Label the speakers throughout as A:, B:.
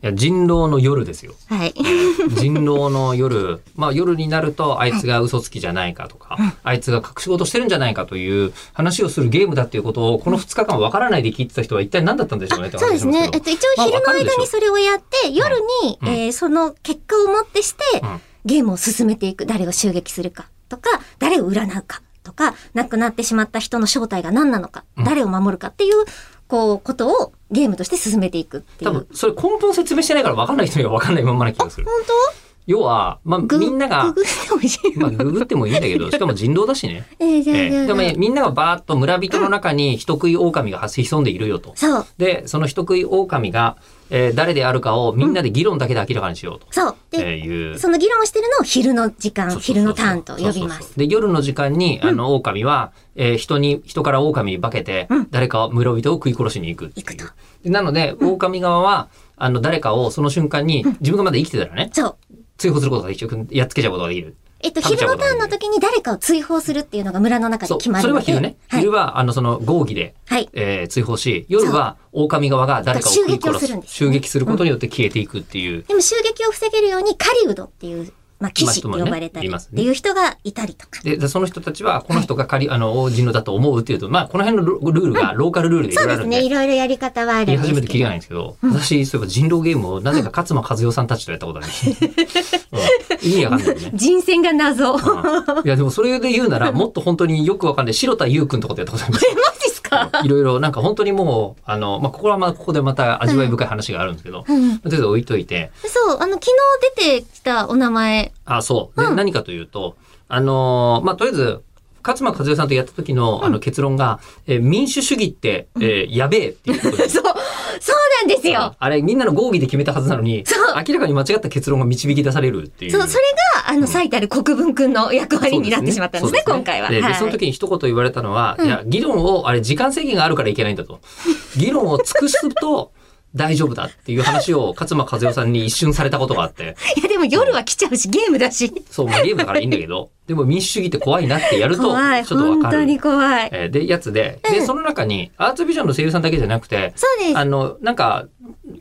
A: や人狼の夜 ですよ。
B: はい。
A: 人狼の夜、まあ夜になるとあいつが嘘つきじゃないかとか、あいつが隠し事してるんじゃないかという話をするゲームだっていうことをこの2日間わからないで聞いてた人は一体何だったんでしょうねって
B: そうですね。えっと、一応昼の間にそれをやって、夜に、
A: うん
B: えーその結果をもってして、
A: うん
B: ゲームを進めていく。誰を襲撃するかとか、誰を占うかとか、亡くなってしまった人の正体が何なのか、
A: うん
B: 誰を守るかっていう、こう、ことをゲームとして進めていくっていう。
A: 多分それ根本説明してないから分かんない人には分かんないまんまな気がする。
B: 本
A: 要は、まあ
B: 当
A: みんな
B: グ
A: が
B: グ、ってもいいし。
A: まあググってもいいんだけど、しかも人狼だしね。
B: えーじゃあ
A: ええ
B: じゃあ
A: でも
B: じゃあ
A: ねみんながバーッと村人の中に人食い狼が潜んでいるよと。
B: そう、
A: で、その人食い狼が、えー誰であるかをみんなで議論だけで明らかにしようと。
B: そう。で、
A: えーいう
B: その議論をしてるのを昼の時間、
A: そうそうそうそう
B: 昼のターンと呼びま
A: そうそう
B: す
A: そ。うで夜の時間にあの狼は、えー人に人から狼に化けて、
B: うん
A: 誰かを村人を食い殺しに行くっていう
B: 行くと
A: でなので、狼側はあの誰かをその瞬間に、自分がまだ生きてたらね
B: そう。
A: 追放することができるやっつけちゃうことができる。
B: えっと、
A: 食べち
B: 昼
A: ゃうこ
B: の
A: と
B: タ
A: が
B: ー
A: で
B: ン
A: きる
B: の時に誰かを追放するっていうのが村の中で
A: そう
B: 決ま
A: それ
B: るの
A: は
B: で。
A: 昼ね、
B: はい
A: 昼はあのその合議で、
B: はい。
A: えー追放し夜は狼側が誰かを食い
B: 襲撃を
A: 殺
B: す
A: す
B: るんです
A: 襲撃することによって消えていくっていう、
B: でも襲撃を防げるように狩人っていう、まあ、騎士って
A: まあ
B: 呼ばれたり
A: いま
B: っ
A: すね
B: ていう人がいたりとか。
A: で、でその人たちは、この人が仮、あの、人狼だと思うっていうと、まあ、この辺のルルールが、ローカルルールでいろいう
B: そ
A: ろある
B: です
A: んで
B: ね。、いろいろやり方はある
A: 言い
B: んで
A: 始
B: す
A: めてきり
B: け
A: が
B: ど。
A: ないんですけど、私、そういえば人狼ゲームをなぜか勝間和代さんたちとやったことある、 うん、意味わかんないよね。
B: 人選が謎。マ
A: うんいや、でもそれで言うなら、もっと本当によくわかんない、白田優くんとかとやったことあります。
B: ジですか
A: いろいろ、なんか本当にもう、あの、まあ、ここはまあ、ここでまた味わい深い話があるんですけど、
B: うん。
A: とりあえず置いといて、
B: そう、あの、昨日出てきたお 名前。
A: あ、そう。で
B: うん
A: 何かというと、あのーまあ、とりあえず、勝間和代さんとやった時の、あの結論が、えー民主主義って、えーやべえっていうことです。
B: そう、そうなんですよ。
A: あれ、みんなの合議で決めたはずなのに
B: そう、
A: 明らかに間違った結論が導き出されるっていう。
B: そう、それが、あの、最たる国分くんの役割
A: そう
B: になってしまったんですね、
A: そう
B: 今回は。
A: でで
B: はい
A: その時に一言言われたのは、
B: うん
A: いや、議論を、あれ、時間制限があるからいけないんだと。議論を尽くすと、大丈夫だっていう話を勝間和代さんに一瞬されたことがあって、
B: いや、でも夜は来ちゃうし、ゲームだし。
A: そう、まあゲームだからいいんだけど、でも民主主義って怖いなってやると、ちょっと
B: 怖い。
A: わ
B: 本
A: か
B: 当
A: る。
B: に怖い。
A: えーで、やつで、で、
B: うん
A: その中に、アーツビジョンの声優さんだけじゃなくて、
B: そうです。
A: あの、なんか、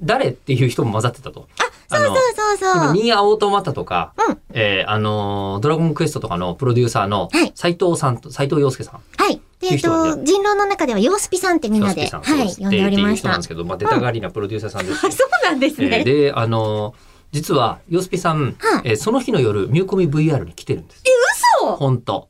A: 誰っていう人も混ざってたと。あの、
B: そうそうそう。
A: 今、ニーアオートマタとか、
B: うん
A: えーあのー、ドラゴンクエストとかのプロデューサーの
B: はい、
A: 斎藤さんと、斎藤洋介さん、
B: はい。で
A: い
B: え
A: う
B: っ
A: 人は
B: と、人狼の中では、洋スピさんってみんなで、
A: 洋介さ
B: は
A: ん、そう
B: い、
A: です
B: 呼んでおり
A: っていう
B: まし
A: 人なんで
B: た。あ
A: すけど、まあ、出たがりなプロデューサーさんです
B: そうなんです
A: えー
B: ね。
A: で、あのー、実は、洋介さん、
B: はい
A: えーその日の夜、見込み VR に来てるんです。
B: そう
A: 本当。あの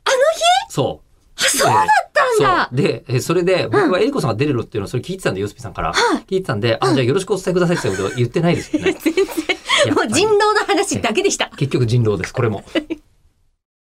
A: 日そう。
B: あ、そうだったんだ
A: そうで、えそれで、僕はエリコさんが出れるっていうのをそれ聞いてたんで、ヨスピさんから。聞いてたんで、あ、じゃあよろしくお伝えください って言ってないですよね。全然
B: もう人狼の話だけでした。
A: 結局人狼です、これも。